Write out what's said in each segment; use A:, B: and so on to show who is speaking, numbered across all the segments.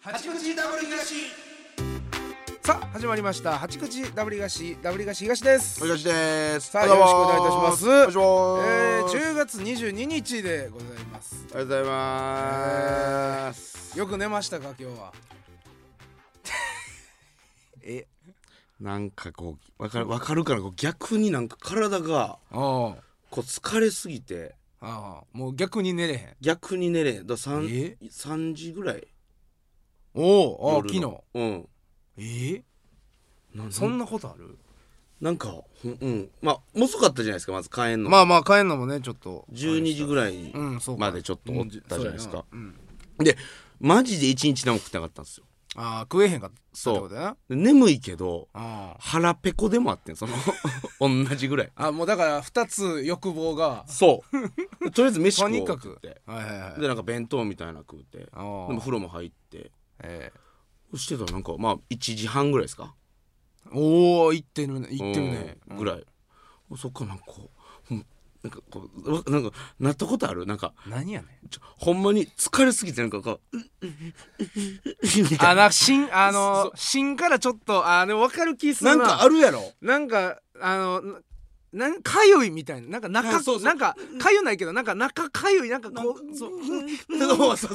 A: 八口ダブル東さあ始まりました八口ダブル東ダブル東東です
B: おいがしです。
A: さあよろしくお願いいたします
B: お願いし
A: えー、
B: ます。
A: 10月22日でございます
B: ありがとうございます。
A: よく寝ましたか今日は
B: え、なんかこうわかるわかるからこう逆になんか体が
A: あ
B: こう疲れすぎて
A: あもう逆に寝れへん
B: 逆に寝れんだ三
A: え
B: 三時ぐらい
A: おお昨
B: 夜
A: 日
B: のうん
A: えー、
B: な
A: そんなことある
B: なんかほんうんまあ遅かったじゃないですかまず帰んの、
A: まあまあ帰んのもねちょっと
B: 12時ぐらいに
A: うんそうか
B: までちょっとおったじゃないですか、
A: うんそうやなうん
B: でマジで一日何も食ってなかったんですよ
A: ああ食えへんかったってことやな
B: で眠いけど
A: あ
B: 腹ペコでもあってんその 同じぐらい
A: ああもうだから二つ欲望が
B: そ うとりあえず飯
A: と
B: 食おう
A: に
B: って
A: かく
B: 言って
A: はいはいはい
B: でなんか弁当みたいなの食うてで
A: あー
B: も風呂も入って
A: え
B: そしてたらなんかまあ1時半ぐらいですか
A: えおお行ってるね行ってるね
B: うんぐらい、そっからなんかこうほんなんかこうわなんかなったことあるなんか
A: 何やね
B: ちょほんまに疲れすぎてなんかこううううううみた
A: あ
B: いな
A: なんか芯あの芯からちょっとあーでも分かる気する
B: な
A: なん
B: かあるやろ
A: なんかあのななんかゆいみたいななんか
B: あ
A: 中
B: そうそう
A: なんかかゆないけどなんか中かゆいなんか
B: なん
A: こ
B: か
A: う
B: そう
A: うん
B: そうそうそ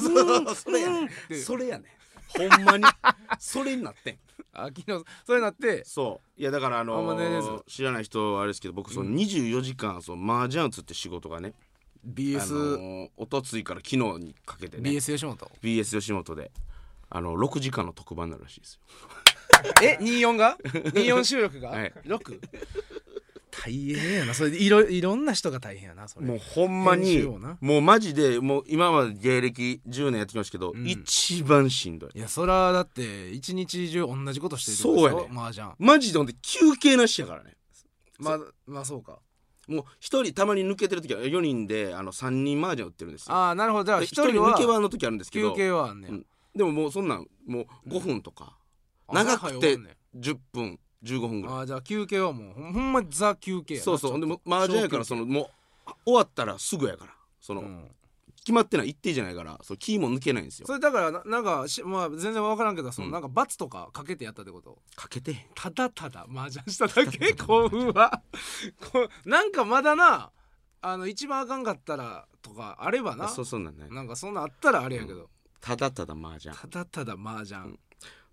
B: うそれやね
A: うんん
B: それやねんほんまにそれになってん
A: あ昨日そういうなって
B: そういやだからあのー
A: あんま寝れず
B: 知らない人はあれですけど僕その24時間その麻雀打つって仕事がね、あ
A: BS
B: のー、おとついから昨日にかけてね
A: BS 吉本
B: BS 吉本であの6時間の特番になるらしいですよ
A: え24が 24収録が
B: はい
A: 6大変やなそれでいろいろんな人が大変やなそれ
B: もうほんま
A: 編
B: に
A: 集をな
B: もうマジでもう今まで芸歴10年やってきましたけど、
A: ん
B: 一番しんどい
A: いやそらだって一日中同じことしてるって
B: そうやね
A: マージャン
B: マジでほんで休憩なしやからね
A: まあまあそうか
B: もう一人たまに抜けてる時は4人であの3人麻雀打ってるんですよ
A: ああなるほどじゃあ
B: で
A: 一
B: 一人
A: 人
B: 抜け輪
A: は
B: の時あるんですけど
A: 休憩はあんね
B: うんんでももうそんなんもう5分とか、
A: あ
B: 長
A: 早
B: く
A: い終
B: て
A: わんね
B: 10分15分ぐらい
A: ああじゃあ休憩はもうほんほんまザ休憩やな
B: そうそう
A: ちょっ
B: で
A: と
B: も麻雀やからそのもう終わったらすぐやからその、
A: うん
B: 決まってない一定じゃないからそうキーも抜けないんですよ
A: それだからななんかしまあ全然分からんけどその
B: うん
A: なんか罰とかかけてやったってこと
B: かけてへん
A: ただただ麻雀しただけ興奮は こうなんかまだなあの一番あかんかったらとかあればな
B: そうそうなんない
A: なんかそんなんあったらあれやけど
B: ただただ麻雀
A: ただただ麻雀
B: ん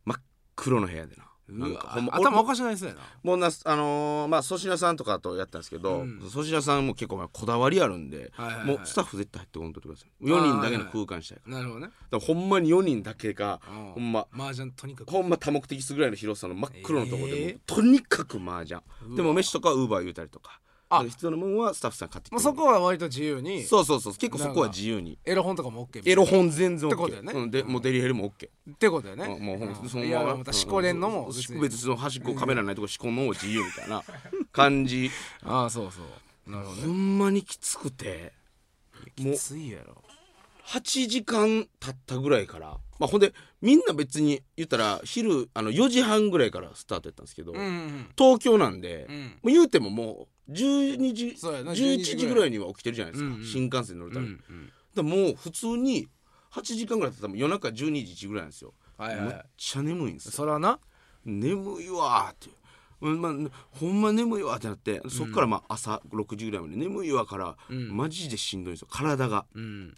B: 真っ黒の部屋でなな
A: うんわ
B: かほんま俺
A: 頭おかしないですやな
B: もうなあのーまあ粗品さんとかとやったんですけど
A: うん
B: 粗品、さんも結構まあこだわりあるんで、
A: はいはいはい
B: もうスタッフ絶対入ってこんとってください4人だけの空間したいから,、
A: なるほどね
B: だからほんまに4人だけが
A: うん
B: ほんま
A: 麻雀とにかく
B: ほんま多目的室ぐらいの広さの真っ黒のところで、もう
A: えー
B: とにかく麻雀
A: うわ
B: でも飯とかはウーバー言うたりとか
A: あ
B: だから必要なもんはスタッフさん買ってきて
A: もうそこは割と自由に
B: そうそうそう結構そこは自由に
A: エロ本とかも OK みたい
B: エ
A: な
B: ロ本全然 OK
A: ってことだよね
B: うん、でもうデリヘルも OK
A: ってことだよね
B: うんもうほん
A: うん
B: まその
A: いやまたしこれんのも
B: 別
A: 別
B: に
A: に
B: 別の端っこカメラないとこしこんのも自由みたいな 感じ
A: ああそうそうなるほど
B: ほんまにきつくてもう
A: きついやろ
B: 8時間経ったぐらいから、まあ、ほんでみんな別に言ったら昼あの4時半ぐらいからスタートやったんですけど、
A: うんうん
B: 東京なんで、
A: うん
B: もう言うてももう12時
A: そうやな
B: 11時ぐらいには起きてるじゃないですか、
A: うんうん
B: 新幹線乗る
A: う
B: た
A: ん
B: め
A: う
B: に、
A: ん
B: だからもう普通に8時間ぐらい経ったらもう夜中12時1ぐらいなんですよ、
A: はいはい
B: めっ
A: はい
B: ちゃ眠いんですよ
A: そらな
B: 眠いわーって、うんまあ、ほんま眠いわってなってそっからまあ朝6時ぐらいまで眠いわから、
A: うん
B: マジでしんどいんですよ体が
A: うん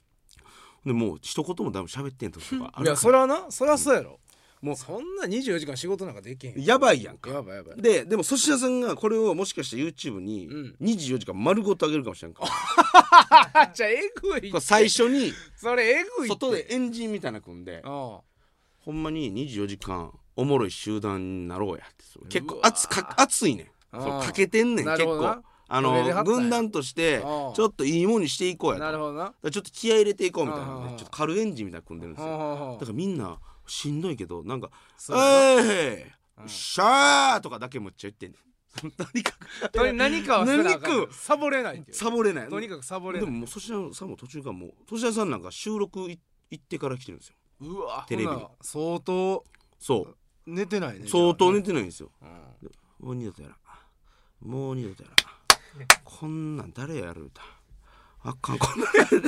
B: でもう一言も多分喋ってんとかあ
A: い
B: るから
A: やそらなそらそうやろ
B: もう
A: そんな24時間仕事なんかできへん
B: やばいやんか
A: やばいやばい
B: ででも粗品さんがこれをもしかして YouTube に
A: うん
B: 24時間丸ごとあげるかもしれんから
A: あじゃあえぐい
B: これ最初に
A: それえぐいって
B: 外でエンジンみたいな組んで
A: うん
B: ほんまに24時間おもろい集団になろうやってそう結
A: う
B: 構
A: わー
B: 熱か熱いね
A: あー
B: そうかけてんねん
A: な
B: 結
A: るほどな
B: 構あ
A: 上で張っ
B: の
A: たんや
B: 軍団としてち
A: あ
B: ょ
A: ー
B: っといいもんにしていこうやと
A: なるほどな
B: だからちょっと気合い入れていこうみたいな
A: あ
B: ね
A: ー
B: ちょっと軽エンジンみたいなの組んでるんです
A: ほう
B: よ
A: ほうほう
B: だからみんなしんどいけどなんか「
A: そうや
B: えいシャー!」とかだけむっちゃ言ってんねんとにか く
A: なとに何かはせなあかん
B: 何か
A: サボれないっていう
B: サボれない
A: とにかくサボれ
B: で
A: ない
B: ももう粗品さんも途中からもう粗品さんなんか収録い行ってから来てるんですよ
A: うわ
B: テレビに
A: ほな相当
B: そ
A: 寝てないうね
B: 相当寝
A: ね
B: てないんですよ
A: うん
B: もう二度とやらんもう二度とやらんこんなん 誰やるだあかんこんなんやる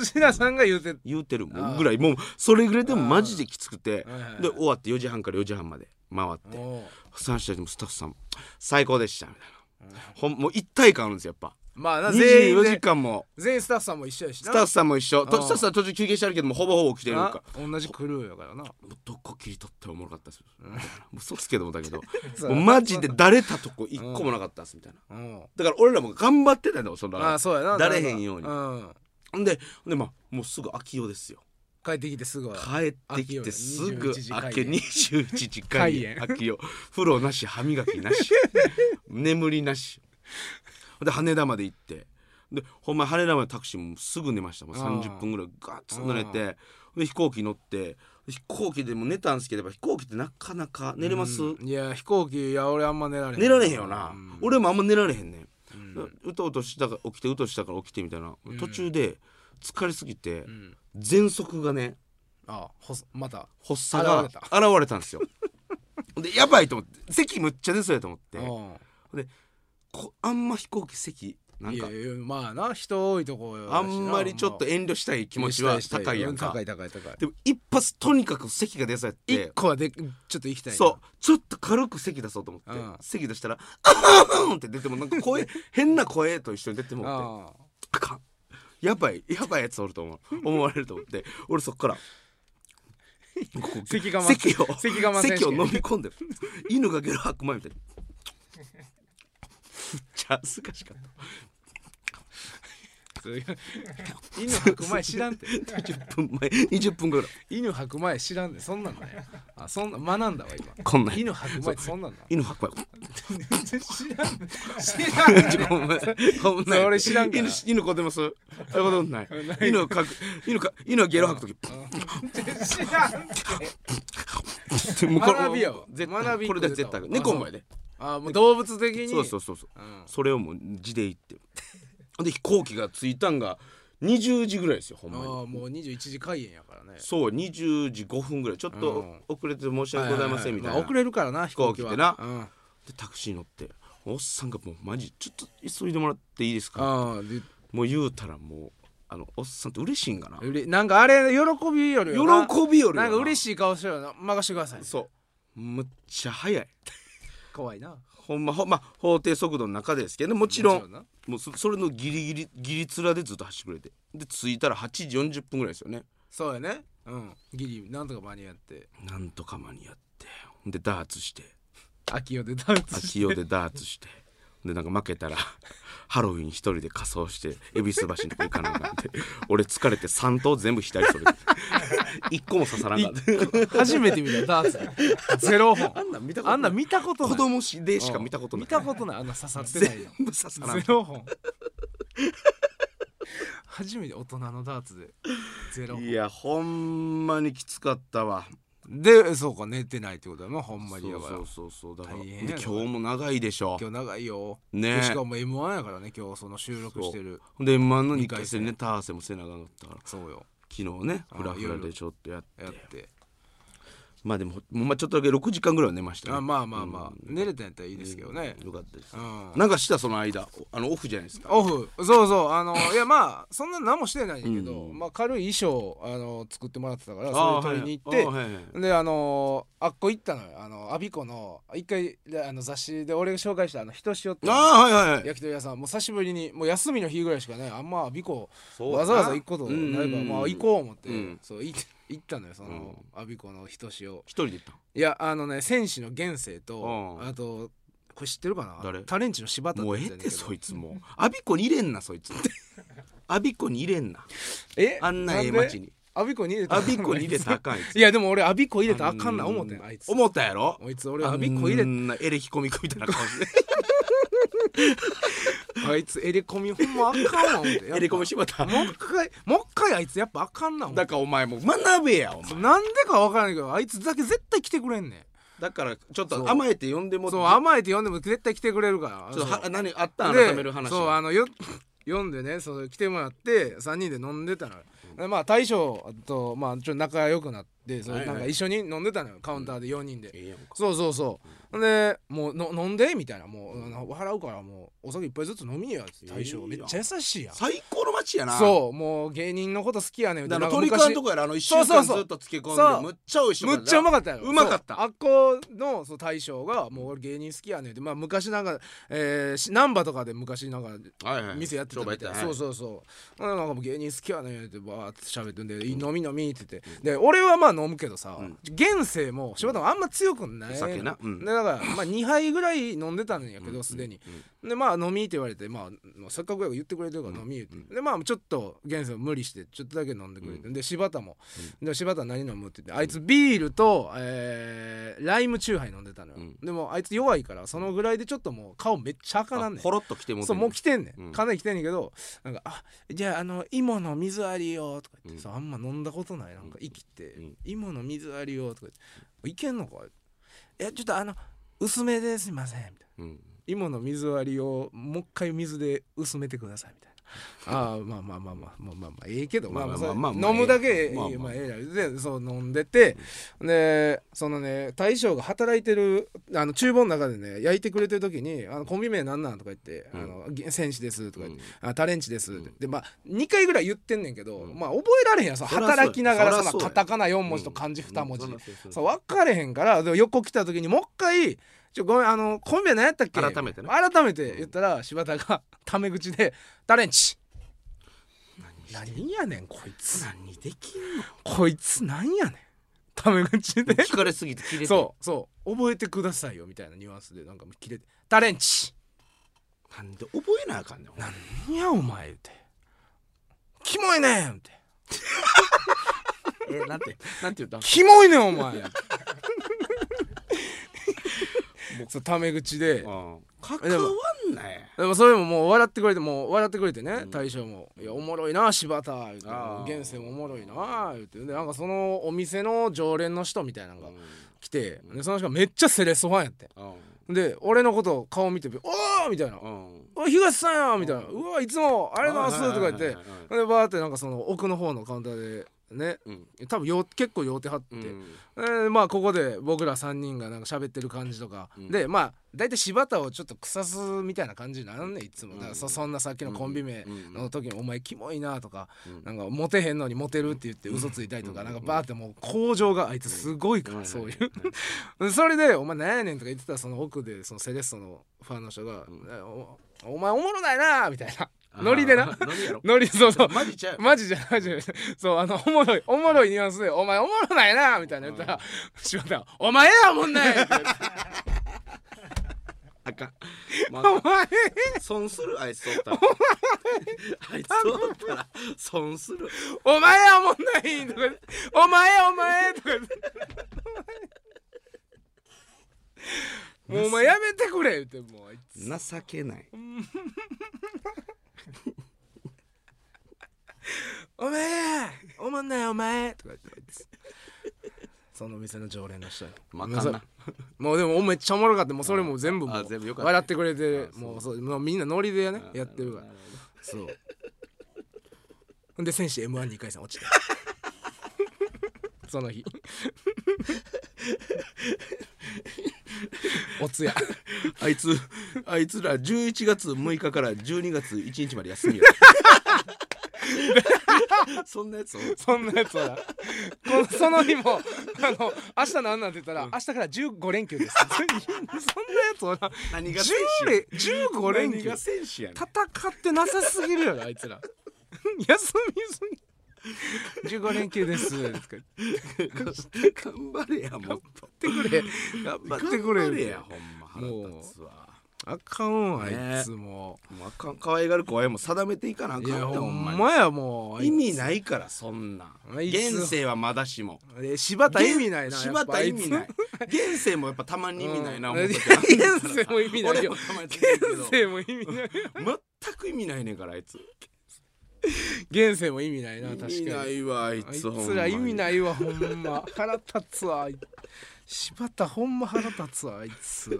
A: 吉田さんが言うて
B: 言うてるもんぐらいもうそれぐらいでもマジできつくて
A: はいはいはい
B: で終わって4時半から4時半まで回って
A: おう
B: 三者でもスタッフさん最高でしたみたいなほんもう一体感あるんですよやっ
A: まあ
B: ぱ
A: な全員
B: 24時
A: で
B: 間も
A: 全員スタッフさんも一緒やし
B: ス
A: な
B: タッフさんも一緒と
A: うん
B: スタッフさん途中休憩してあるけどもほぼほぼ起きてる
A: な
B: か
A: 同じクルーやからな
B: もうどこ切り取ってもおもろかったですみたいな嘘つけどもだけど
A: そう
B: もうマジでだれたとこ一個もなかったですみたいな
A: うん
B: だから俺らも頑張ってたのその
A: ああそうやな
B: だれへんように
A: ん
B: ほんでほんでまあもうすぐ秋代ですよ
A: 帰ってきてすぐは
B: 帰ってきてすぐ明け
A: 開
B: 21時開演
A: 開演
B: 明けよ風呂 なし歯磨きなし眠りなしで羽田まで行ってでほんま羽田までタクシーもすぐ寝ましたもう30分ぐらいガーッと寝てで飛行機乗って飛行機でも寝たんですけどやっぱ飛行機ってなかなか寝れます、
A: うんいや飛行機いや俺あんま寝られへん
B: 寝られへんよな、
A: うん
B: 俺もあんま寝られへんねん
A: うん
B: うとうとしたから起きてうとしたから起きてみたいな途中で疲れすぎて
A: うん
B: 喘息がね
A: あほすまた
B: 発作が現
A: 現
B: れたんですよ でやばいと思って席むっちゃ出そうやと思って
A: うん
B: こあんま飛行機席なん
A: い
B: か
A: やいやまあな人多いとこやしな
B: あんまりちょっと遠慮したい気持ちは高いやん
A: う
B: か
A: 高い高い高い
B: でも一発とにかく席が出そうやって
A: 一個はでちょっと行きたいな
B: そうちょっと軽く席出そうと思って、
A: うん
B: 席出したら「あはん!」って出てもなんか声変な声と一緒に出てもっ
A: あ
B: てあかんやばいやばいやつおると思う思われると思って俺そっからここ
A: 席が満
B: 席を
A: 席が満選手権
B: 席を飲み込んで犬がゲロ吐く前みたい にめっちゃ恥ずかしかった
A: あそういう犬吐く前知らんて
B: 10分前20分後ぐらい
A: 犬吐く前知らんでそんなんだよあそんな学んだわ今
B: こんなん
A: 犬吐く前ってそんなんだ
B: 犬吐 く前
A: 全然知らん知らん
B: ちょごめんごめん
A: それ知らんから
B: 犬犬こてますあこう ない犬をかく犬か犬はゲロ吐く時
A: 知らん
B: もうこれ
A: 学びやわ
B: 絶対
A: 学び
B: これで絶対
A: くれたわ
B: 猫お前で
A: あもう動物的に
B: そうそうそうそ
A: う
B: う
A: ん
B: それをもう地で行ってで飛行機が着いたんが20時ぐらいですよほんまに
A: ああもう21時開演やからね
B: そう20時5分ぐらいちょっと遅れて申し訳ございませんみたいな、
A: はははまあ遅れるからな飛行機は
B: 飛行機って
A: な
B: でタクシー乗っておっさんがもうマジちょっと急いでもらっていいですか
A: ああで
B: もう言うたらもうあのおっさんって嬉しいんかな
A: うれなんかあれ喜びより
B: 喜びより
A: なんか嬉
B: し
A: しい顔してるよな任してください
B: そうむっちゃ早い
A: 怖いなも
B: ほんまほんま法定速度の中ですけどもちろん
A: な
B: もうそそれのギリギリギリ面でずっと走ってくれてで着いたら8時40分ぐらいですよね
A: そうやねうんギリなんとか間に合って
B: なんとか間に合ってほんでダーツして
A: 秋代でダンスして
B: 秋代でダーツしてでなんか負けたらハロウィン一人で仮装して恵比寿橋のとこ行かなあかんって俺疲れて3頭全部左それて1個も刺さらんかった
A: 初めて見たダーツ ゼロ本
B: あんなん見たことない
A: あんな見たことない
B: 子供しでしか見たことな
A: 見
B: い
A: たことないあんな刺さってない
B: 全
A: よ
B: 部刺さらん
A: ゼロ本初めて大人のダーツでゼロ本
B: いやほんまにきつかったわ
A: でそうか寝てないってことだなほん
B: そ
A: ま
B: う
A: にやばい
B: そうそうそうだから
A: 大
B: で
A: 変や
B: 今
A: な
B: 日も長いでしょ
A: 今日長いよ
B: ね
A: でしかも m 1やからね今日その収録してる
B: ほんで M−1 の2回
A: 二回
B: 戦
A: 戦
B: ネタ合わせもせなあかんかったから
A: そうよ
B: 昨日ね
A: あ
B: フラフラ
A: 夜
B: でちょっとやって
A: やって
B: まあでもほんまちょっとだけ6時間ぐらいは寝ましたね
A: あまあまあまあ
B: うん
A: 寝れたんやったらいいですけどね
B: よかったです
A: うん
B: なんかしたその間おあのオフじゃないですか
A: オフそうそうあ のいやまあそんな何もしてないんやけど、
B: うん
A: まあ、軽い衣装をあの作ってもらってたから
B: あ
A: そ
B: あ
A: れ取りに行って
B: はいはいああはいはい
A: であのあっこ行ったのよあのアビコの一回であの雑誌で俺が紹介したあのひとしおっていう
B: ああはいはいはい
A: 焼き鳥屋さんもう久しぶりにもう休みの日ぐらいしかねあんまアビコ
B: そうだな
A: わざわざ行くことないから
B: うん
A: まあ行こう思って、
B: うん
A: そうい行ったのよその、アビコのひとしお
B: 一人で行った
A: いやあのね戦士の現世と
B: うん
A: あとこれ知ってるかな
B: 誰
A: タレンチの柴田
B: もう
A: やつ
B: ええ
A: やねん
B: って
A: けど
B: そいつもうアビコに入れんなそい つアビコに入れんな
A: え
B: あんなええ
A: で
B: 街に
A: アビコに入れた
B: アビコに入れたらあかんや つ
A: いやでも俺アビコ入れたらあかんな思ってんあいつ
B: 思ったやろ
A: あいつ俺アビコ入れ
B: あんなエレヒコミコみたいな顔して
A: あいつエレコミほんまあかんわ思ってやっぱ
B: エレコミ柴田
A: もう一回もう一回あいつやっぱあかんな思って
B: だからお前もう学べやお前
A: なんでかわからんけどあいつだけ絶対来てくれんねん
B: だからちょ
A: そ
B: っと
A: う
B: 甘えて呼んでも
A: そう甘えて読んでも絶対来てくれるから
B: ちょっと
A: そ
B: は
A: う
B: 何あったん
A: で
B: 改める話
A: そうあのよ読んでねそう来てもらって3人で飲んでたのよ、でまあ大将と、まあ、ちょっと仲良くなっでそう
B: はいはい
A: なんか一緒に飲んでたのよカウンターで4人で、
B: ええやんか
A: そうそうそうでもうの飲んでみたいなもうな払うからもうお酒一杯ずつ飲みにやって大将、
B: いい
A: め
B: やん
A: っちゃ優しいやん
B: 最高の街やな
A: そうもう芸人のこと好きやねん
B: だか
A: な
B: ら
A: んか
B: 鳥
A: 昔
B: 缶のとこやらあの一週
A: そう
B: 間
A: そうそう
B: ずっと漬け込
A: そ
B: ん
A: う
B: でむっちゃ美味しい
A: むっちゃうま
B: か
A: かったやろ
B: うまかった
A: そうあっこのそう大将がもう俺芸人好きやねんって、まあ、昔なんか、えーし、難波とかで昔なんか
B: った
A: 店やってたみたいな、そうそうそう、なんかもう芸人好きやねんってバーって喋ってんで「飲み飲み」って言って、で俺はまあ飲むけどさ、
B: うん
A: 現世も柴田もあんま強くない
B: お酒なうん
A: でだからまあ2杯ぐらい飲んでたんやけどすでに、でまあ飲みって言われて、まあ、まあせっかくやから言ってくれてるから飲み言って、でまあちょっと現世無理してちょっとだけ飲んでくれて、で柴田も、で柴田何飲むって言ってあいつビールと、えーライムチューハイ飲んでたのよ、
B: うん
A: でもあいつ弱いからそのぐらいでちょっともう顔めっちゃ赤なんねん
B: ほろっと来ても
A: そうもう来てんねん、
B: うん
A: かなり来てんねんけどなんか「あじゃああの芋の水ありよ」とか言って、そうあんま飲んだことないなんか生きて「
B: うん
A: 芋の水ありよ」とか言って「いけんのか?」えちょっとあの薄めですいません」みたいな
B: うん
A: 「芋の水割りをもう一回水で薄めてください」みたいな。ああまあまあまあまあまあまあまあええけどま
B: ま
A: あ
B: あ
A: ま
B: ま
A: あ
B: あ
A: それ
B: まあまあ
A: 飲むだけ
B: まあまあ
A: まあええやろでそう飲んでてでそのね大将が働いてるあの厨房の中でね焼いてくれてる時に「あのコンビ名なんなん?」とか言って「あのげ戦士です」とか言って「あタレンチです」ってでまあ2回ぐらい言ってんねんけどまあ覚えられへんやんその
B: そらそうや
A: 働きながら
B: そ
A: そ
B: ら
A: の
B: そうや
A: カタカナ4文字と漢字2文字
B: うんそらそうそう
A: そう分かれへんからでも横来た時にもう一回ちょごめんあのコンビ名何やったっけ
B: 改めてね
A: 改めて言ったら柴田が タメ口で「タレンチ」何やねんこいつ
B: 何できんの
A: こいつ何やねんタメ口で
B: 聞かれすぎて切れて
A: そうそう覚えてくださいよみたいなニュアンスでなんか切れて「タレンチ
B: うなんで覚えなあかんねんほんま」
A: いやお前」って「キモいねん」って
B: えなんてなんて言った
A: 「キモいねんお前」そうタメ口で、
B: うん関わんなや
A: でもそれももう笑ってくれてもう笑ってくれてね、大将も「いやおもろいな柴田」言うて
B: あ
A: 「
B: ー
A: 現世もおもろいな」言うてでなんかそのお店の常連の人みたいなのが来て、でその人がめっちゃセレッソファンやって
B: うん
A: で俺のこと顔見て「おー!」みたいな「
B: うん
A: お東さんや!」みたいな「うわいつもありがとうございます」とか言って
B: は
A: で
B: いはいはいはい
A: バーってなんかその奥の方のカウンターでね
B: うん
A: 多分よ結構酔うてはって、
B: うん
A: えーまあここで僕ら3人がなんか喋ってる感じとか、でまあ大体柴田をちょっと腐すみたいな感じになるねんいつもだからそそんなさっきのコンビ名の時に「お前キモいな」とか、なんかモテへんのにモテるって言って嘘ついたりとか、なんかバーってもう向上があいつすごいから、そういう、 それで「お前なんやねん」とか言ってたらその奥でそのセレッソのファンの人が「えおお前おもろないな」みたいなノリでな
B: あーノリやろ
A: ノリそうそう
B: マジちゃ う
A: マジじゃないマジじゃないそうあのおもろいおもろいニュアンスで「お前おもろないな」みたいな言ったら柴田が「お前やおもんない!」って言って
B: あかんまあ
A: お前
B: 損するあいつ取っ たらあいつ取ったら損する
A: お前やおもんない!」とか言って「お前やお前!」とか言って「お前もうお前やめてくれ!」言ってもうあいつ
B: 情けない
A: 「お前やおもんないお前!」とか言ってあいつその店の常連の人に
B: まああかんな
A: もうでもめっちゃおもろかったもうそれも全部も
B: あ
A: う
B: 全部よかった
A: 笑ってくれてもうそうもうみんなノリでねやってるからそうほんで選手 m 1 2回戦 落ちたその 日おつや
B: あいつあいつら11月6日から12月1日まで休 みよそんなやつ
A: そんなやつはこのその日もあの明日なんなんって言ったら、明日から15連休ですそんなやつはな
B: 何が選
A: 10
B: 手
A: 連15連
B: 何
A: 休
B: が選手やねん
A: 戦ってなさすぎるよなあいつら休みすぎ15連休ですとか言っ
B: 頑張れやもっと
A: てくれ頑張ってくれ
B: 頑張れやほんま腹
A: もう
B: 立つわ
A: あかんわあ
B: ね
A: いつも、
B: もうあかん可愛がる子はもう定めていかなあかん
A: い
B: ね
A: やほ
B: ほ
A: ん
B: んまに
A: まやもう
B: 意味ないからそんな
A: あいつ
B: 現世はまだしも
A: え柴田意味ないなや
B: 柴
A: っぱあ
B: 田意
A: いつ
B: 味ない現世もやっぱたまに意味ないな
A: うん
B: 思っ
A: 現
B: たけ
A: 世
B: ど
A: も意味ない
B: 俺
A: よ
B: もたまに
A: 現
B: 言ってるけ
A: 世も意味ない
B: ど全く意味ないねんからあいつ
A: 現世も意味ないな確かに
B: 意味ないわあい
A: あい
B: つ
A: つら意味
B: い
A: ないわほんま腹立つわあい柴田ほんま腹立つわあいつ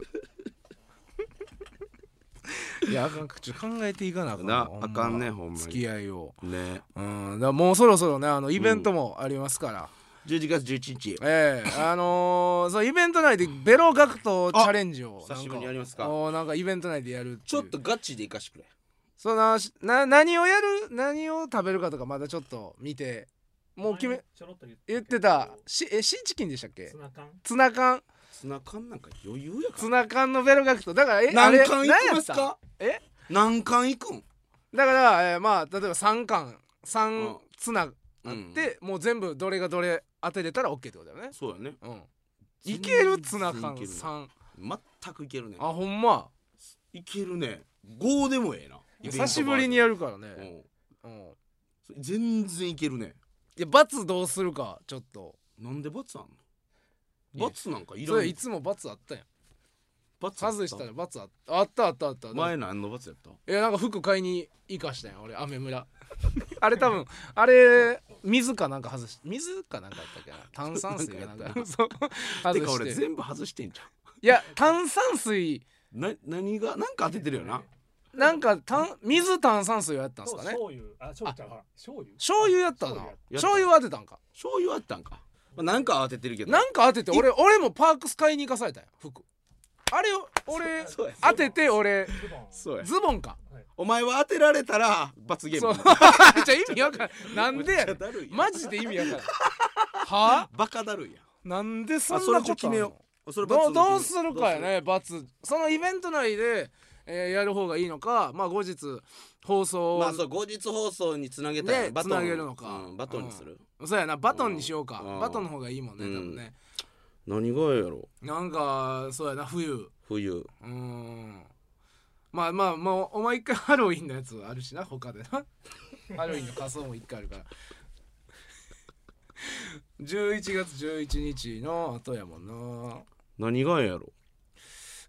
A: いやあかんちょっと考えていかなあかん
B: な
A: ほま
B: あかんねほんまに
A: 付き合いを
B: ね
A: うんだからもうそろそろねあのイベントもありますから、
B: 11月11日
A: ええあのー、そうイベント内でベロガクトチャレンジを
B: 久しぶりにやりますか
A: おなんかイベント内でやるて
B: ち
A: い
B: ょ
A: う
B: っとガチで行かしてくれ
A: そのしな何をやる何を食べるかとかまだちょっと見てもう決め
C: ちょろっと言
A: 言ってたしえシーチキンでしたっけ
C: ツナ缶
A: ツナ缶
B: ツナ缶なんか余裕やか
A: ツ
B: ら
A: ナ缶のベロガクトだからえあれ
B: 何缶行きます
A: 何やっ
B: か
A: たえ
B: 何缶行くん
A: ただから、えーまあ例えば三缶
B: うん
A: 三ツナあ
B: う
A: っ
B: ん
A: て、もう全部どれがどれ当てれたら OK ってことだよね
B: そうやね
A: うんいける
B: 全然
A: ツナ
B: い
A: 缶
B: けるな
A: 3
B: 全くいけるね
A: あほんま
B: いけるね5でもええな
A: 久しぶりにやるから
B: う
A: ね
B: ん
A: うん
B: それ全然いけるね
A: いや罰どうするかちょっと
B: なんで罰あん
A: い
B: の
A: や
B: 罰なんかいら
A: それ
B: ん
A: いつも罰あったやん
B: 罰あった
A: 外したら罰あったあったあったあった
B: 前何の罰やった
A: いやなんか服買いに行かしたんや俺雨 村あれ多分 あれ水かなんか外し水かなんかやったっけな炭酸水かなん
B: な
A: か
B: ん かやっ
A: そう
B: てか
A: 外
B: 俺
A: して
B: 全部外してんじゃん
A: いや炭酸水
B: な何がなんか当ててるよな
A: なんか炭水炭酸水をやったんす
C: と
A: かね
C: 醤油あ醤油ちゃうわ醤油
A: 醤油やったな
B: やった
A: 醤油は当てたんか
B: 醤油あったんか、まあ、なんか当ててるけど
A: なんか当てて俺俺もパークス買いに行かされたんや服あれを俺
B: そうや
A: 当てて俺
C: ズボン
B: そうや
A: ズボン か
B: お前は当てられたら罰ゲー
A: そう
B: ム
A: じゃあ意味わからんなんでやねんマジで意味わから んはあ
B: バカだるいや
A: なんでそ
B: あ
A: ん
B: それ
A: な
B: ちょ
A: こと
B: 決
A: あん
B: め
A: の
B: ようそれ罰
A: どうど
B: の
A: う
B: 決
A: す
B: めよ
A: るかやね罰そのイベント内で、えーやる方がいいのかまあ後日放送を、
B: まあそう後日放送につなげたい
A: で
B: バトン
A: つなげるのか
B: うんバトンにする、
A: そうやなバトンにしようか
B: うん
A: バトンの方がいいもんね多
B: うん
A: 分ね、
B: 何がやろ
A: なんかそうやな冬
B: 冬
A: うーんまあまあもうお前一回 ハロウィンのやつあるしな他でな ハロウィンの仮装も一回ある から11月11日の後やもんな
B: 何がやろ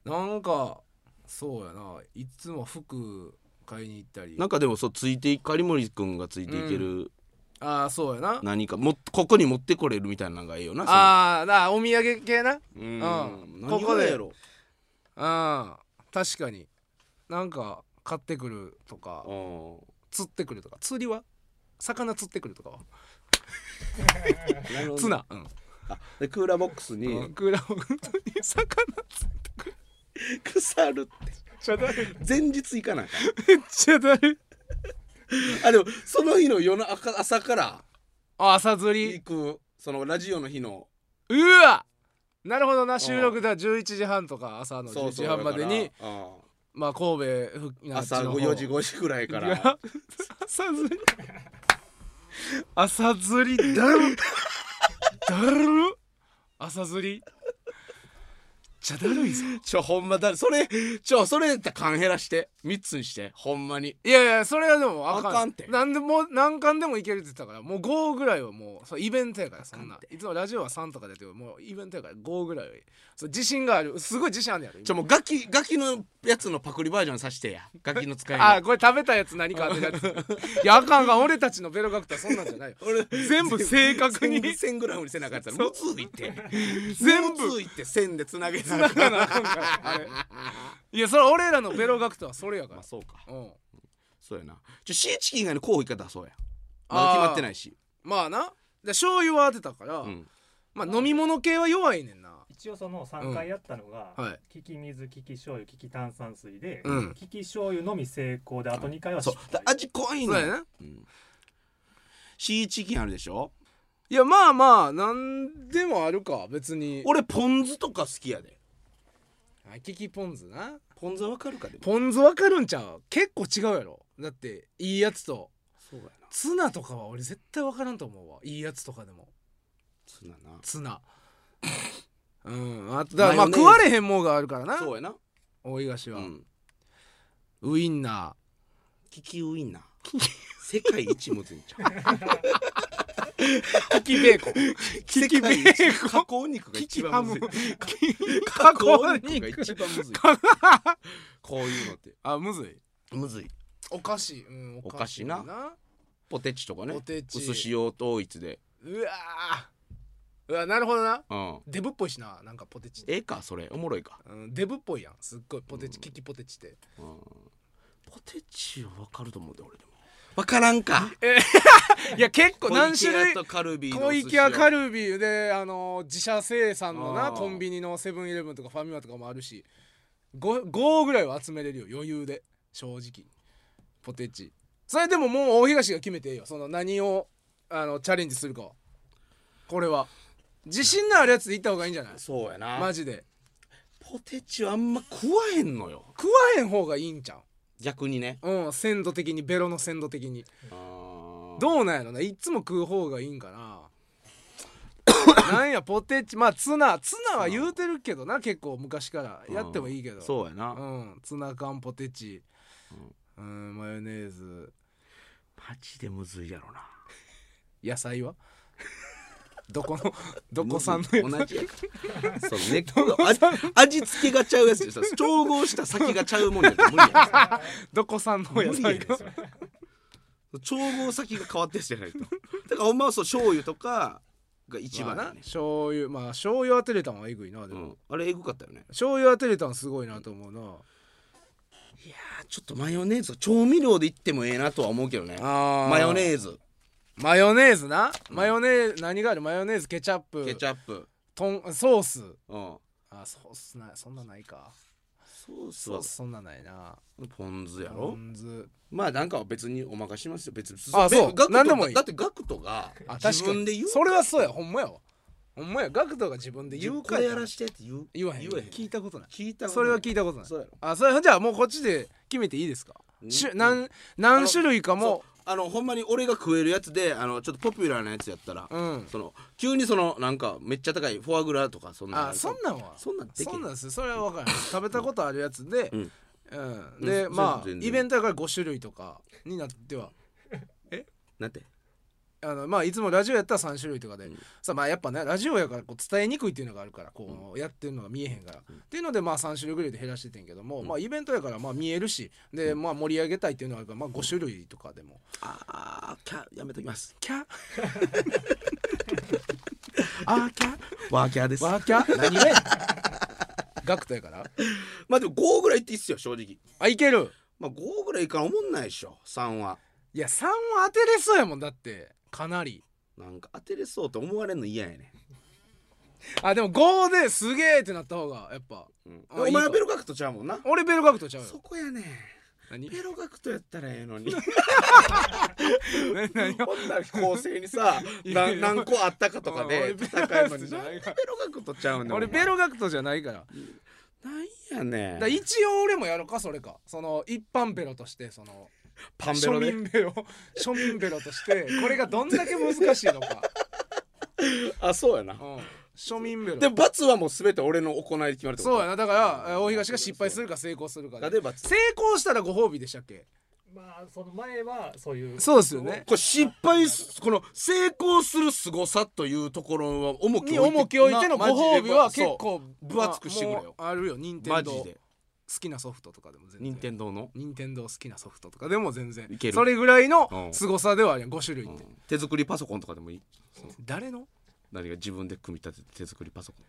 A: なんかそうやないつも服買いに行ったり
B: なんかでもそうついてい狩森くんがついていける
A: ああそうやな
B: 何か、もっここに持ってこれるみたいなのがええよな
A: ああなお土産系な
B: そのうん
A: うん
B: 何
A: ここ
B: が
A: で
B: やろ
A: うん確かになんか買ってくるとか
B: こ
A: 釣ってくるとか釣りは魚釣ってくるとかは
B: で
A: ツナ、うん
B: あでクーラーボックス
A: う
B: に
A: ん、クーラー本当に魚釣ってくる
B: 腐るって
A: ち ゃだる
B: 前日行かない
A: めっちゃだる
B: あでもその日の夜の朝朝から
A: あ朝釣り
B: 行くそのラジオの日の
A: うわなるほどな収録だ11時半とか朝の11時半までに
B: だからうん
A: まあ神戸ふなんか
B: 朝
A: あっちの方
B: 4時5時くらいか
A: い
B: ら
A: や朝釣り朝釣り だるだる朝釣りめっちゃだるいぞ
B: ちょほんまだそれちょそれやったら缶減らして3つにしてほんまに
A: いやいやそれはでもあかん
B: あかんて
A: なんでもう何巻でもいけるって言ってたからもう5ぐらいはもうそうイベントやからそんないつもラジオは3とか出てるもうイベントやから5ぐらいはそう自信があるすごい自信あるやろ
B: ちょもうガキガキのやつのパクリバージョンさしてやガキの使いの
A: あこれ食べたやつ何か当てたや ついやあかんあかん俺たちのベロガクタそんなんじゃないよ
B: 俺
A: 全部正確に
B: 全部 1000g にせなかったらむつい って
A: 全部
B: むついって線でつなげて
A: だからあかんからあれいやそれ俺らのベロガクトはそれやか
B: ま
A: ら
B: あ、そうか
A: うん
B: そうやなちょシーチキン以外の候補いか出そうやまだ決まってないし
A: まあなで醤油は当てたから、
B: うん
A: まあ飲み物系は弱いねんな
C: 一応その3回やったのが、
A: はい
C: 利き水利き醤油利き炭酸水で、
A: うん
C: 利き醤油のみ成功であと2回は
B: そ
C: 失
B: う
C: 敗
B: だ味濃い
A: そう
B: の
A: や
B: よ
A: ね
B: うんシーチキンあるでしょ
A: いやまあまあなんでもあるか別に
B: 俺ポン酢とか好きやで
A: あキキポン酢な
B: ポン酢はわかるかでも
A: ポン酢わかるんちゃう結構違うやろだっていいやつと
B: そうやな
A: ツナとかは俺絶対わからんと思うわいいやつとかでも
B: ツナな
A: ツナうんあとだからまあ
B: マヨネー
A: 食
B: ズ
A: われへんもんがあるからな
B: そうやな
A: 大東
B: う
A: は、
B: ん
A: ウインナ
B: キキウ インナー世界一むずいんちゃう
A: ーキキベーコン
B: キ
A: キベーコン
B: 加工肉が一番むずい
A: 加
B: 加
A: 工
B: 工
A: 肉
B: 肉が一番むずいこういうのって
A: あむずい
B: むずい
A: お菓子、うん、
B: お菓子なポテチとかね
A: ポテチ
B: 薄塩統一で
A: うわーうわなるほどな
B: うん
A: デブっぽいしななんかポテチ、
B: ええかそれおもろいか、
A: うん、デブっぽいやんすっごいポテチ、キキポテチって
B: うん、ポテチはわかると思うで俺でもわからんか
A: いや結構何種類
B: とカルビーのお
A: 小
B: 寿司
A: 池屋カ
B: ル
A: ルビーであの自社生産の
B: あ
A: な
B: ー
A: コンビニのセブンイレブンとかファミマとかもあるし 5, 5ぐらいは集めれるよ余裕で正直ポテチそれでももう大東が決めていいよその何をあのチャレンジするかはこれは自信のあるやつでいった方がいいんじゃない
B: そうやな
A: マジで
B: ポテチはあんま食わへんのよ
A: 食わへん方がいいんちゃ
B: 逆にね
A: ううん鮮度的にベロの鮮度的に
B: ど
A: どうなんやろないっつも食う方がいいんか ななんやポテチまあツナツナは言うてるけどな結構昔からやってもいいけど
B: そうやな、
A: う
B: マ
A: んツナ缶ポテチうんマヨネーズ
B: ジでむずいやろな
A: 野菜 はどこのどこ産の野菜
B: 同じやからそう根っこが味味付けがちゃうやつでさ調合した先がちゃ うもんやから無理やん
A: どこ産の
B: 無
A: 野
B: 理やね
A: 菜
B: ん
A: が
B: それ調合先が変わってるじゃないとだからほんまはそう醤油とかが一番
A: まあ
B: や
A: な
B: ね、
A: 醤油まあ醤油当てれたんはえぐいなで
B: う
A: も、
B: ん、あれエグかったよね
A: 醤油当てれたんすごいなと思うな、
B: あちょっとマヨネーズ調味料でいってもええなとは思うけどね
A: あ
B: マヨネ
A: ズ
B: ーズ
A: マヨネーズな、マヨネー何があるマヨネーズケチャップ
B: ケチャップ、
A: トンソース
B: うん、
A: あソースなそんなないか
B: ソース
A: ソ
B: は
A: ースそんなないな
B: ポン酢やろ、
A: ポン酢
B: まあなんかは別にお任せしますよ別に
A: あそう
B: べガクト
A: 何でもいい
B: だってガクトが
A: あ確かに
B: 自分で言う
A: それはそうやほんまやわほんまやガクトが自分で
B: 自
A: 言
B: 分
A: う
B: か
A: からら
B: やらしてって言う
A: 言わへん
B: 聞
A: 聞いたことない
B: いた
A: それは聞い
B: い
A: たことない
B: そうやろ
A: あそれじゃあもうこっちで決めていいですかしゅ何何種類かも
B: そうあのほんまに俺が食えるやつであのちょっとポピュラーなやつやったら、
A: うん
B: その急にそのなんかめっちゃ高いフォアグラとかそんな
A: あそんなんは
B: そんなんできへん
A: そんなんですよそれは分からない食べたことあるやつで
B: うん
A: うん
B: うん
A: でまあ
B: 全然
A: イベントだから5種類とかになっては
B: なんて
A: あのまあいつもラジオやったら3種類とかで、
B: うん
A: さあまあやっぱねラジオやからこう伝えにくいっていうのがあるからこうやってるのが見えへんから、っていうのでまあ3種類ぐらいで減らしててんけども、まあイベントやからまあ見えるしで、まあ盛り上げたいっていうのがあるからまあ5種類とかでも、
B: あーキャやめときます
A: キャ あーキャ
B: ワーキャーです
A: ワーキャ何がやねんガクトやから
B: まあでも5ぐらいっていいっすよ正直
A: あいける
B: まあ5ぐらいから思んないでしょ3はい
A: や3は当てれそうやもんだってかなり
B: なんか当てれそうと思われんの嫌やね
A: あでも5ですげえってなった方がやっぱ
B: ん、
A: あ
B: お
A: いい
B: 前は
A: か
B: ベロガクトちゃうもんな
A: 俺ベルガクトちゃうよ
B: そこやねん
A: 何
B: ベロガクトやったらええのに
A: 何を
B: こんな構成にさ
A: いや
B: ない
A: や
B: 何個あったかとかで
A: うん俺
B: 戦えるの
A: ベロガクト
B: に
A: じゃ
B: なん
A: ない俺
B: でベロガクトちゃうねんお前
A: ベロガクトじゃないから
B: なんやねん
A: だから一応俺もやろうかそれかその一般ベロとしてその
B: パンベ
A: 庶
B: ロで
A: 民ベロ庶民ベロとしてこれがどんだけ難しいのか、
B: あそうやな
A: うん、庶民ベロ
B: でも罰はもう全て俺の行いで決まるってこと
A: そうやなだからえー大東が失敗するか成功するか
B: 例
A: で
B: えばこ
A: 成功したらご褒美でしたっけ
C: まあその前はそういう
A: そうですよね
B: れ失敗すこの成功する凄さというところは重き
A: に
B: を
A: 重きを置いての
B: なマジで
A: ご褒美は結構
B: 分厚くしてくれよ
A: まあもうあるよ任
B: マ
A: 天堂
B: ジ
A: 好
B: で
A: きなソフトとかでも全然
B: 任天堂の
A: 任天堂好きなソフトとかでも全然
B: いける
A: それぐらいの
B: うん
A: 凄さではあるやん5種類って、
B: 手作りパソコンとかでもいい
A: 誰の
B: 何が自分で組み立てて手作りパソコ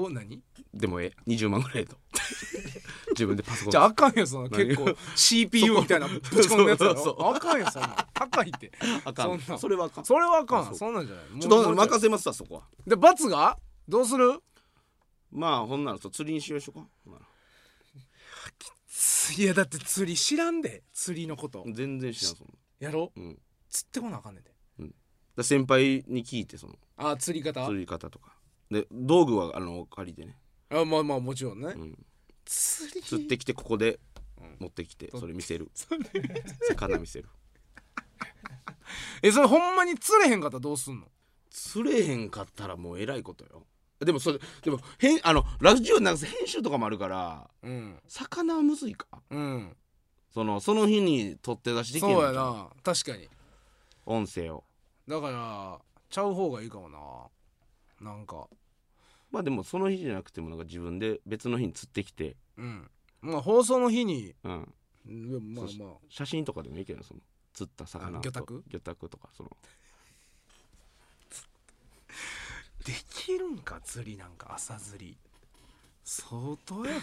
B: ン
A: お何
B: でもええ20万ぐら いと自分でパソコン
A: じゃああかんよその
B: 何
A: 結構 CPU みたいなぶち込んだやつや
B: そうそうそ
A: ろあかんよそんなん高いって
B: あかん
A: そんな
B: それはあかんちょ
A: それはあか
B: そ
A: ん
B: う
A: そんなんじゃないもう
B: っと
A: もう
B: 任せますわそこは
A: で罰がどうする
B: まあほんならそう釣りにしようしようかほんなら
A: いやだって釣り知らんで釣りのこと
B: 全然知らんその
A: やろ
B: うんだか
A: 釣ってこなあかんねんで
B: ら先輩に聞いてその
A: あ釣り方
B: 釣り方とかで道具はあの借りてね、
A: あまあまあもちろんね
B: うん、
A: 釣り
B: 釣ってきてここで持ってきてそれ見せる魚見せる
A: えそれほんまに釣れへんかったらどうすんの
B: 釣れへんかったらもうえらいことよでもそれでもへんあのラジオなんか編集とかもあるから
A: うん
B: 魚はむずいか
A: うん
B: そのその日に取って出しできへんの
A: そうや
B: ちゃう
A: な確かに
B: 音声を
A: だからちゃう方がいいかもななんか
B: まあでもその日じゃなくてもなんか自分で別の日に釣ってきて、
A: うんまあ放送の日に
B: うん、
A: うんでもま
B: そし
A: あまあ
B: 写真とかでもいいけどその釣った魚
A: あ
B: と
A: 魚拓
B: 魚拓とかその
A: できるんか釣りなんか朝釣り相当やで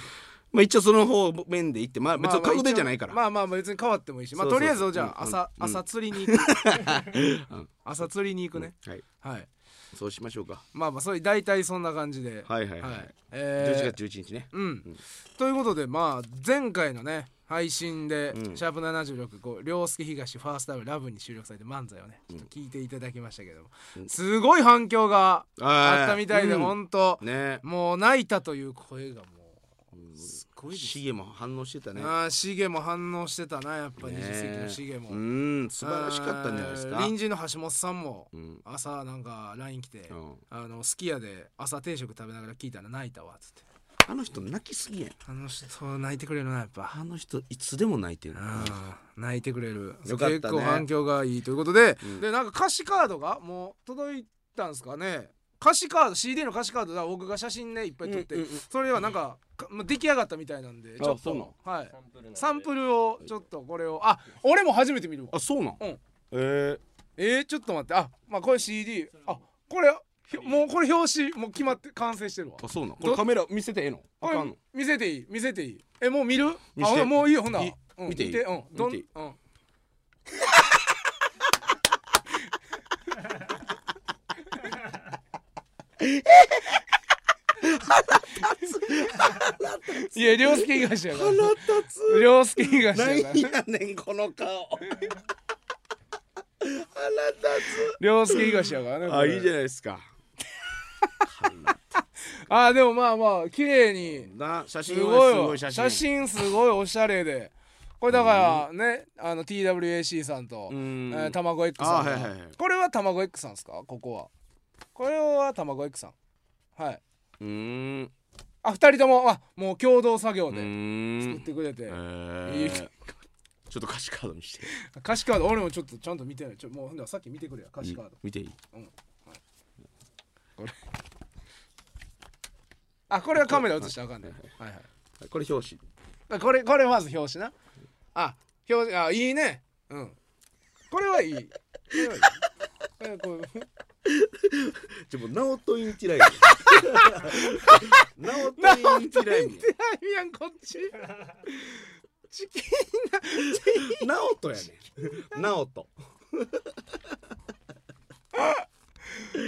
B: まあ一応その方面で行ってまあ別に
A: まあ
B: 確定じゃないから、
A: まあまあまあ別に変わってもいいしまあ
B: そうそう
A: とりあえずじゃあ
B: うん
A: 朝
B: うん
A: 朝釣りに行く 朝釣りに行くね
B: うんはい
A: はい
B: そうしましょうか
A: まあまあそれ大体そんな感じで
B: はいはいはい、
A: えー
B: 11月11日ね
A: うん、ということでまあ前回のね配信で「
B: うん
A: シャープ #76」こう凌介東ファーストラブラブに収録されて漫才をねちょっと聞いていただきましたけども、
B: うん
A: すごい反響が
B: あ
A: あったみたいで、
B: うん
A: 本当、
B: ね
A: もう泣いたという声がもうすごいです
B: シゲも反応してたね
A: ああシゲも反応してたなやっぱ
B: ね
A: 20世紀のシゲも、
B: うん素晴らしかったんじゃないです
A: あー
B: か
A: 隣人の橋本さんも
B: うん
A: 朝なんか LINE 来て、
B: うん
A: あのすき家で朝定食食べながら聞いたら泣いたわっつって
B: あの人泣きすぎやん
A: あの人泣いてくれるなやっぱ
B: あの人いつでも泣いてる
A: あー泣いてくれる
B: よかったね
A: 結構反響がいいということで、
B: うん
A: でなんか歌詞カードがもう届いたんですかね歌詞カード CD の歌詞カードだ僕が写真ねいっぱい撮って、
B: うんうんうん
A: それはなんかかまあ出来上がったみたいなんでちょっ
B: そうな
A: と
B: の
A: はい
D: サンプルなんで
A: サンプルをちょっとこれをあ俺も初めて見るわ
B: あそうなん、
A: うん
B: え
A: えー、ちょっと待ってあまあこれ CD あこれひょもうこれ表紙もう決まって完成してるわ
B: ー、あそうなんこ
A: ど
B: れカメラ見せてええのあ
A: こ
B: か
A: れ
B: んの
A: 見せていい見せていいえもう見る
B: 見せて
A: あもういいよほんなら
B: い
A: うん
B: 見ていい
A: うんどん
B: 見ていい
A: うんいや涼介東やから
B: 腹立つ
A: 涼介東やから
B: 何やねんこの顔 腹立
A: 涼介東やからね
B: つ
A: こ
B: あ
A: れ
B: いいじゃないですか
A: あでもまあまあ綺麗に
B: な写
A: す
B: 真
A: ご
B: はいすご
A: わ
B: い写
A: 写真
B: 真
A: すごいおしゃれでこれだからね、あの TWAC さんと、
B: う
A: え
B: ん
A: ー、卵 X さんと、
B: あはいはいはい
A: これは卵 X さんですかここはこれは卵 X さんはいう
B: ーん
A: あ二人ともあもう共同作業
B: う
A: で
B: ー
A: 作っ
B: ん
A: てくれて、
B: え
A: いい
B: ー、ちょっと歌詞カード見して
A: 歌詞カード俺もちょっとちゃんと見てないちょもうほんならさっき見てくれや歌詞カード、
B: 見ていい
A: あこれはカメラ映したらあかんね、はいはい
B: これ表紙
A: あこれこれまず表紙なあ表紙あいいねうんこれはいいこれはいいこれ こう
B: ちょもうナオトインティラ イミナオトインティライミ
A: ってないやんこっ ちチキン
B: ナオトやねんナオト
A: こ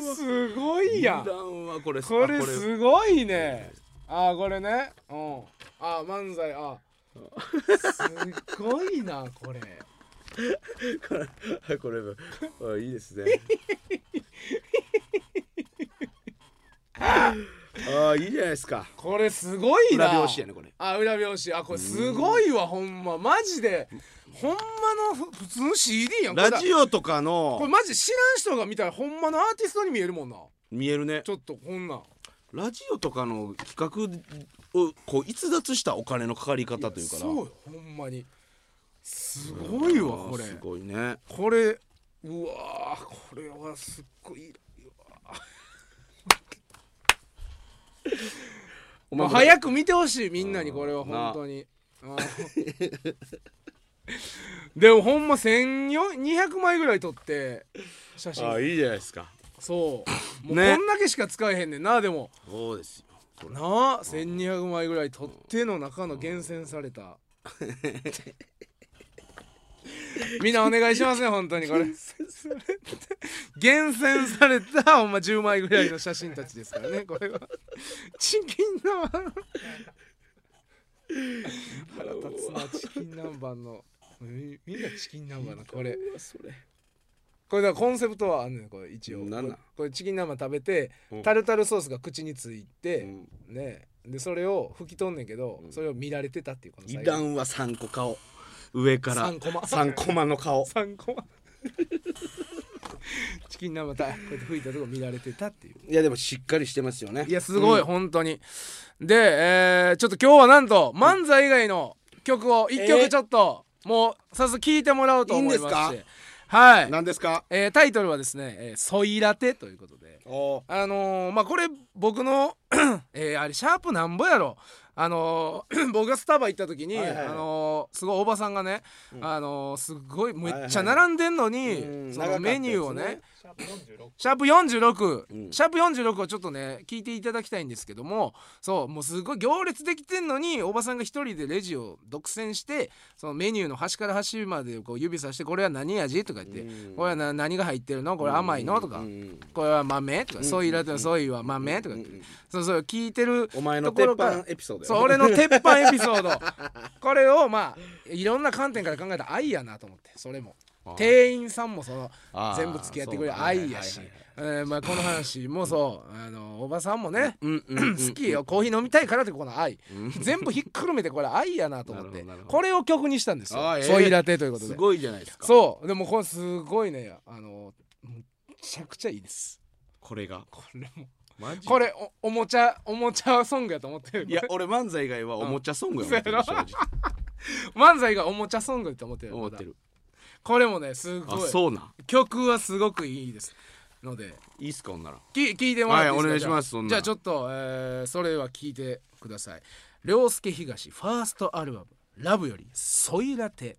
A: れすごいやん
B: はこれ
A: これすごいねあーこれねうんあー漫才あーすごいなこれ
B: これこれあいいですねああいいじゃないですか
A: これすごいな
B: 裏表紙やねこれ
A: あ裏表紙あこれすごいわほんまマジでほんまのふ普通の CD やんこれだ
B: ラジオとか
A: これ
B: の
A: マジ知らん人が見たらほんまのアーティストに見えるもんな
B: 見えるね
A: ちょっとこんなん
B: ラジオとかの企画をこう逸脱したお金のかかり方というかな
A: そうよほんまにすごいわ
B: あー
A: これ
B: すごいね
A: これうわーこれはすっごい
B: お
A: まあ、早く見てほしいみんなにこれは本当に。あーでもほんま1200枚ぐらい撮って写
B: ああ
A: 真
B: いいじゃないですか
A: そうもう
B: ね
A: こんだけしか使えへんねんなでも
B: そうですよこれ
A: なあ1200枚ぐらい撮っての中の厳選され たみんなお願いしますね本当にこれ厳選されたほんま10枚ぐらいの写真たちですからねこれはチキン南蛮腹立つなチキン南蛮のみみんなチキン南蛮のこれ
B: それ
A: これだからコンセプトはあんねんこれ一応
B: なん
A: こ
B: なん
A: れこれチキン南蛮食べて
B: うん
A: タルタルソースが口について、
B: うん
A: ねでそれを吹き飛んねんけど、それを見られてたっていうこの
B: いらんわ3個顔上から
A: 3コマ
B: 3コマの顔
A: 3コマチキン生たこうやって吹いたとこ見られてたっていう
B: いやでもしっかりしてますよね
A: いやすごい、本当にで、えーちょっと今日はなんと漫才以外の曲を1曲ちょっと、もう早速聴いてもらおうと思いまして
B: いいんです
A: はい、
B: 何ですか
A: えータイトルはですね「えーソイラテ」ということで
B: お
A: あのーまあこれ僕のえーあれシャープなんぼやろあのー 僕がスタバ行った時に、
B: はいはいはい
A: あのーすごいおばさんがね、
B: ん
A: あのーすごいめっちゃ
B: はいはいはい
A: 並んでんのに、
B: うん
A: そ
B: 長
A: の
B: かったや
A: メ
B: つね
A: ニューをね
C: シャープ46
A: シャープ46、
B: うん
A: シャープ46をちょっとね聞いていただきたいんですけどもそうもうすごい行列できてんのにおばさんが一人でレジを独占してそのメニューの端から端までこう指さして「これは何味?」とか言って
B: う
A: 「
B: ん
A: これはな何が入ってるのこれ甘いの?」とか
B: うんうん
A: 「これは豆?」とか「ソイラテのソイは豆?」とか言ってそうそう聞いてる
B: お前の
A: と
B: 鉄
A: ころから
B: 板エピソード
A: そう俺の鉄板エピソードこれをまあいろんな観点から考えたら愛やなと思ってそれも
B: あ
A: 店員さんもその
B: あー
A: 全部付き合ってくれ
B: そう
A: る
B: だね
A: 愛やし、えーまあ、この話もそうあのおばさんもね、
B: うんうんうん
A: 好きよコーヒー飲みたいからってこの愛全部ひっくるめてこれ愛やなと思っ
B: なる
A: て
B: ほどなるほど
A: これを曲にしたんですよ
B: あーええ
A: ソイラテということ
B: す
A: で
B: ごいじゃないですか
A: そうでもこれすごいねあのむちゃくちゃいいです
B: これが
A: これも
B: マジ
A: これおおもちゃおもちゃソングやと思ってる
B: いや俺漫才以外はおもちゃソングや思ってる
A: うん
B: 正直
A: 漫才がおもちゃソングって思ってる
B: 思ってる
A: これもねす
B: あ
A: ごい
B: そうなん
A: 曲はすごくいいですので
B: いいっすかほんなら
A: き聞いてもらっていい
B: は
A: ですか
B: いお願いします
A: じゃ
B: そ
A: あ
B: んな
A: じゃあちょっと、えーそれは聞いてください涼介東ファーストアルバム「ラブよりソイラテ」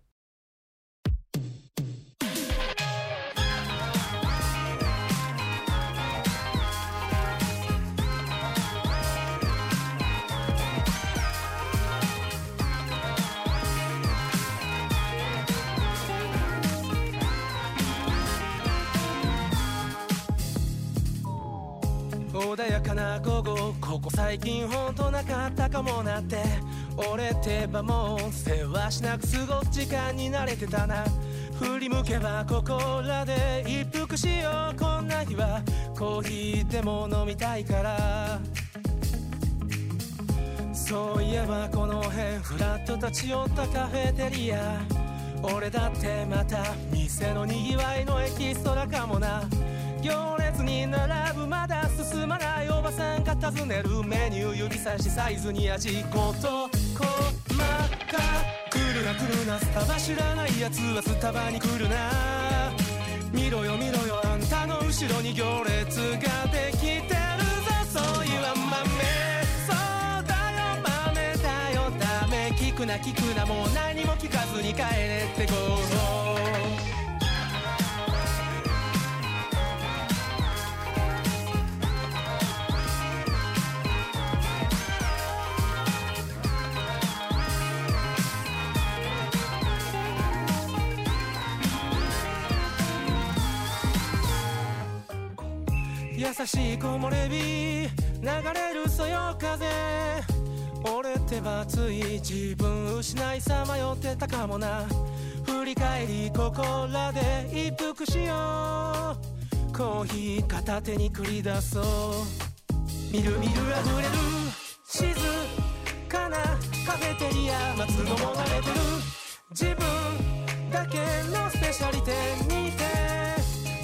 D: 穏やかな午後ここ最近ほんとなかったかもなって俺ってばもう世話しなく過ごす時間に慣れてたな振り向けばここらで一服しようこんな日はコーヒーでも飲みたいからそういえばこの辺フラッと立ち寄ったカフェテリア俺だってまた店のにぎわいのエキストラかもな行列に並ぶまだ進まないおばさんが尋ねるメニュー指さしサイズに味事細かく来るな来るなスタバ知らないやつはスタバに来るな見ろよ見ろよあんたの後ろに行列ができてるぞそういうは豆そうだよ豆だよダメ聞くな聞くなもう何も聞かずに帰れってこう優しい木漏れ日流れるそよ風俺ってばつい自分失いさまよってたかもな振り返りここらで一服しようコーヒー片手に繰り出そう見る見る溢れる静かなカフェテリア待つのも慣れてる自分だけのスペシャリテにて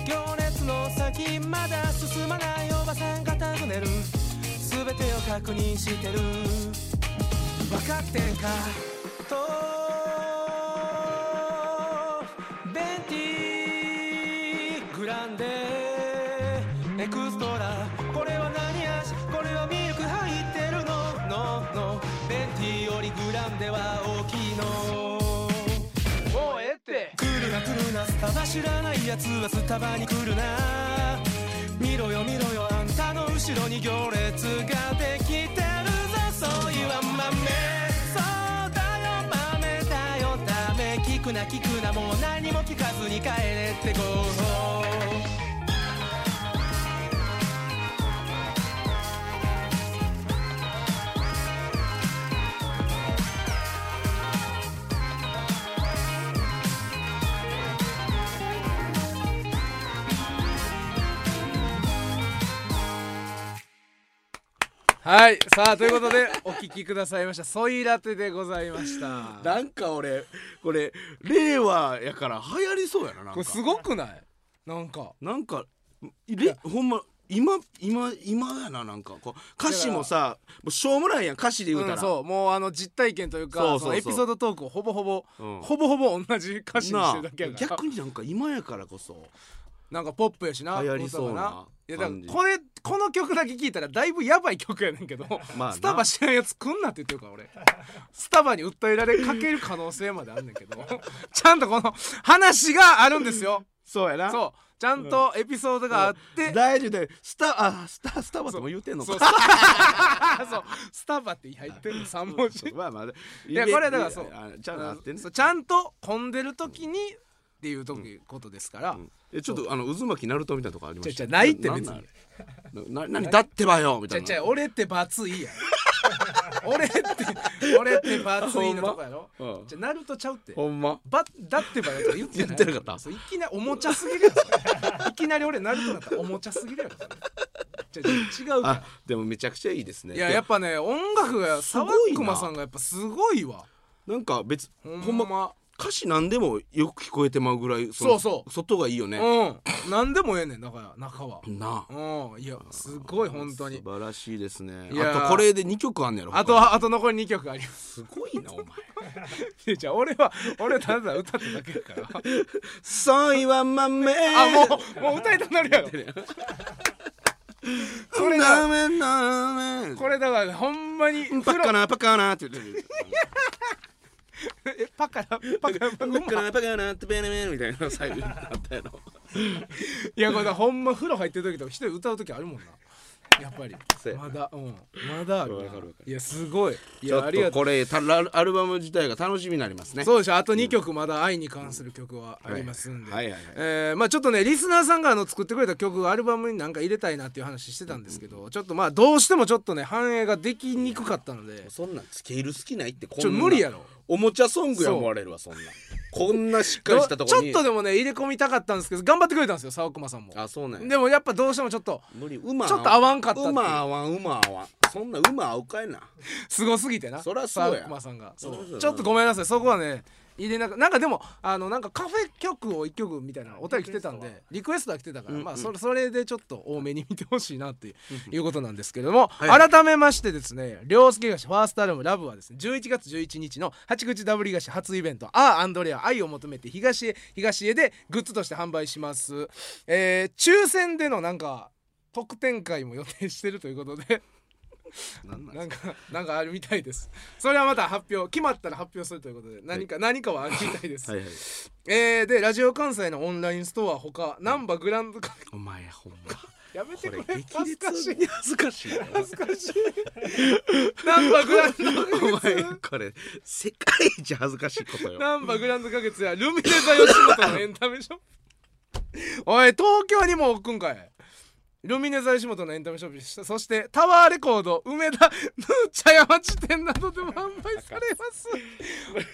D: 行列の先まだ進まないおばさんが尋ねる全てを確認してる分かってんかとベンティグランデエクストラこれは何味これはミルク入ってるのののベンティよりグランデは大きいの
A: もうええって
D: 来るな来るなスタバ知らないやつはスタバに来るな見ろよ見ろよあんたの後ろに行列ができてるぞそういうは豆そうだよ豆だよダメ聞くな聞くなもう何も聞かずに帰れってこう
A: はいさあということで お聞きくださいましたソイラテでございました
B: なんか俺これ令和やから流行りそうやななん
A: こ
B: か
A: れすごくないなんか
B: なんかれほんま今今今やななんかこう歌詞もさもうしょうもないやん歌詞で言うた
A: うん
B: ら、
A: そうもうあの実体験というか
B: そうそうそう
A: のエピソードトークをほぼほぼ、
B: うん
A: ほぼほぼ同じ歌詞にし
B: なあ
A: てるだけやから
B: 逆になんか今やからこそ
A: なんかポップやしな
B: 流行りそうな
A: 歌がないや
B: 感じ
A: だからこれこの曲だけ聴いたらだいぶやばい曲やねんけど、
B: まあな
A: スタバ知らんやつ来んなって言ってるから俺スタバに訴えられかける可能性まであんねんけど ちゃんとこの話があるんですよ
B: そうやな
A: そうちゃんとエピソードがあって、
B: 大丈夫でスタあスタスタバとも言うてんの
A: そう
B: か
A: スタそうスタバって入ってるの3文字
B: まあまあい
A: やこれはだからそう
B: ちゃんとあってね
A: そうちゃんと混んでる時にっていう時ことですから、
B: えちょっとあの渦巻きナルトみたいなとこありました
A: ちょちょないって別に
B: にな何だってばよみ
A: ち
B: た
A: ゃ
B: い
A: ちゃ
B: な
A: 俺ってバツいいやん俺って俺ってバツいのとこやろ、
B: ほんまうん
A: じゃなるとちゃうって
B: ほんま
A: ばだってばやつ言ってない
B: 言ってなかった
A: そういきなりおもちゃすぎるやんそれいきなり俺なるとなったらおもちゃすぎるやんそれちゃちゃ違うから
B: あでもめちゃくちゃいいですね
A: いややっぱね音楽が
B: すご
A: 沢
B: いな
A: 熊さんがやっぱすごいわ
B: なんか別
A: ほんま
B: ほんま歌詞なんでもよく聞こえてまうぐらい
A: そうそう
B: 外がいいよね
A: うん何でもええねんだから中は
B: なあ
A: うんいやすごい本当に
B: 素晴らしいですね
A: いやー
B: あとこれで二曲あんねやろ
A: あと
B: 他に
A: はあと残り2曲あります
B: ごい なお前
A: すじゃあ俺は俺はただ歌っただけやから
B: そういわ豆
A: あもうもう歌いたくなるや ろ これだ
B: なめなめ
A: これだからほんまに
B: パ
A: 風
B: ッカ
A: 呂
B: ナパッカナって言ってる
A: えパカラパカラ
B: パッカナパッカナってベネベネみたいな最後になったやろ
A: いやこれだほんま風呂入ってる時とか一人歌う時あるもんなやっぱり
B: そうやな
A: まだうんまだあるな
B: わかるわかる
A: いやすごいい
B: ちょ
A: やあ
B: っ
A: りが
B: と
A: とう
B: これたらアルバム自体が楽しみになりますね
A: そうでしょあと2曲まだ愛に関する曲はありますんで、
B: はいはいはいはい
A: えーまあちょっとねリスナーさんがあの作ってくれた曲をアルバムになんか入れたいなっていう話してたんですけど、ちょっとまあどうしてもちょっとね反映ができにくかったので
B: そんなんスケール好きないってこんな
A: ちょ無理やろ
B: おもちゃソングや思われるわそんなんこんなしっかりしたとこに
A: ちょっとでもね入れ込みたかったんですけど頑張ってくれたんですよ沢熊さんも
B: あそうなんや
A: でもやっぱどうしてもちょっと
B: 無理馬
A: ちょっと合わんかったっていう
B: 馬合わん馬合わんそんな馬合うかいな
A: すごすぎてな
B: そらそうや
A: 沢熊さんが
B: そらそうやな
A: ちょっとごめんなさいそこはね入れなくなんかでもあのなんかカフェ曲を1曲みたいなお便り来てたんでリクエストは来てたから、
B: うんうん
A: まあそれそれでちょっと多めに見てほしいなっていういうことなんですけれども、
B: いはい
A: 改めましてですね凌介菓子ファーストアルバム「ラブはですね11月11日の八口ダブリ菓子初イベント「アーアンドレア愛を求めて東へ東へ」でグッズとして販売します、えー抽選でのなんか特典会も予定してるということで
B: なんなん
A: なんか、 なんかあるみたいです。それはまた発表、決まったら発表するということで、何か、何 かはあるみたいです。
B: はいはい
A: えーで、ラジオ関西のオンラインストアほか、ナンバグランド カ
B: お前ほんま
A: やめて
B: こ
A: く
B: れ
A: れ。
B: 激
A: 恥ずかし
B: 烈
A: い。
B: に恥ずかしいな
A: ナンバグランド
B: お
A: 花
B: 前
A: 月。
B: これ世界一恥ずかしいことよ
A: ナンバグランド花月や、ルミネ座吉本のエンタメショップ。おい、東京にも置くんかい。ルミネ座吉本のエンタメショップそそしてタワーレコード梅田ヌーチャヤマ地店などでも販売されます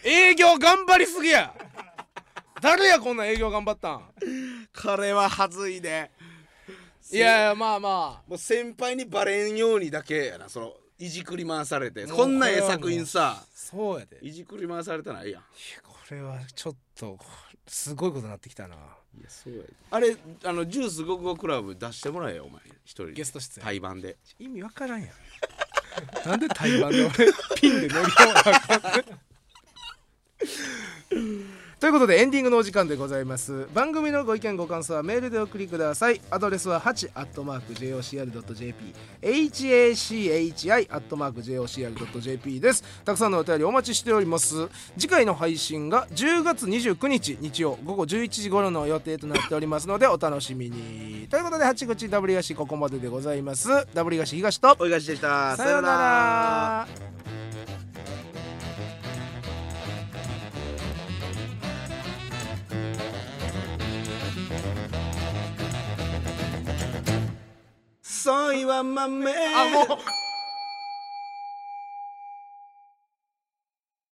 A: 営業頑張りすぎや誰やこんな営業頑張ったん
B: これは恥ずいで
A: いやいやまあま
B: もう先輩にバレんようにだけやなそのいじくり回されてこんなええ作品さ
A: あそうやで
B: いじくり回されたらええやん
A: これはちょっとすごいことになってきたない
B: やそうやあれあのジュースごくごくクラブ出してもらえよお前一人で
A: ゲスト出演
B: 対バンで
A: 意味わからんやんなんで台湾で俺 ピンで乗り合わなあかん ということでエンディングのお時間でございます番組のご意見ご感想はメールでお送りくださいアドレスは 8-jocr.jp hachi-jocr.jp ですたくさんのお便りお待ちしております次回の配信が10月29日日曜午後11時頃の予定となっておりますのでお楽しみにということで八口ダブリガシここまででございますダブリガシ東と
B: おいがしでした
A: さようなら
B: そういわ豆
A: あもう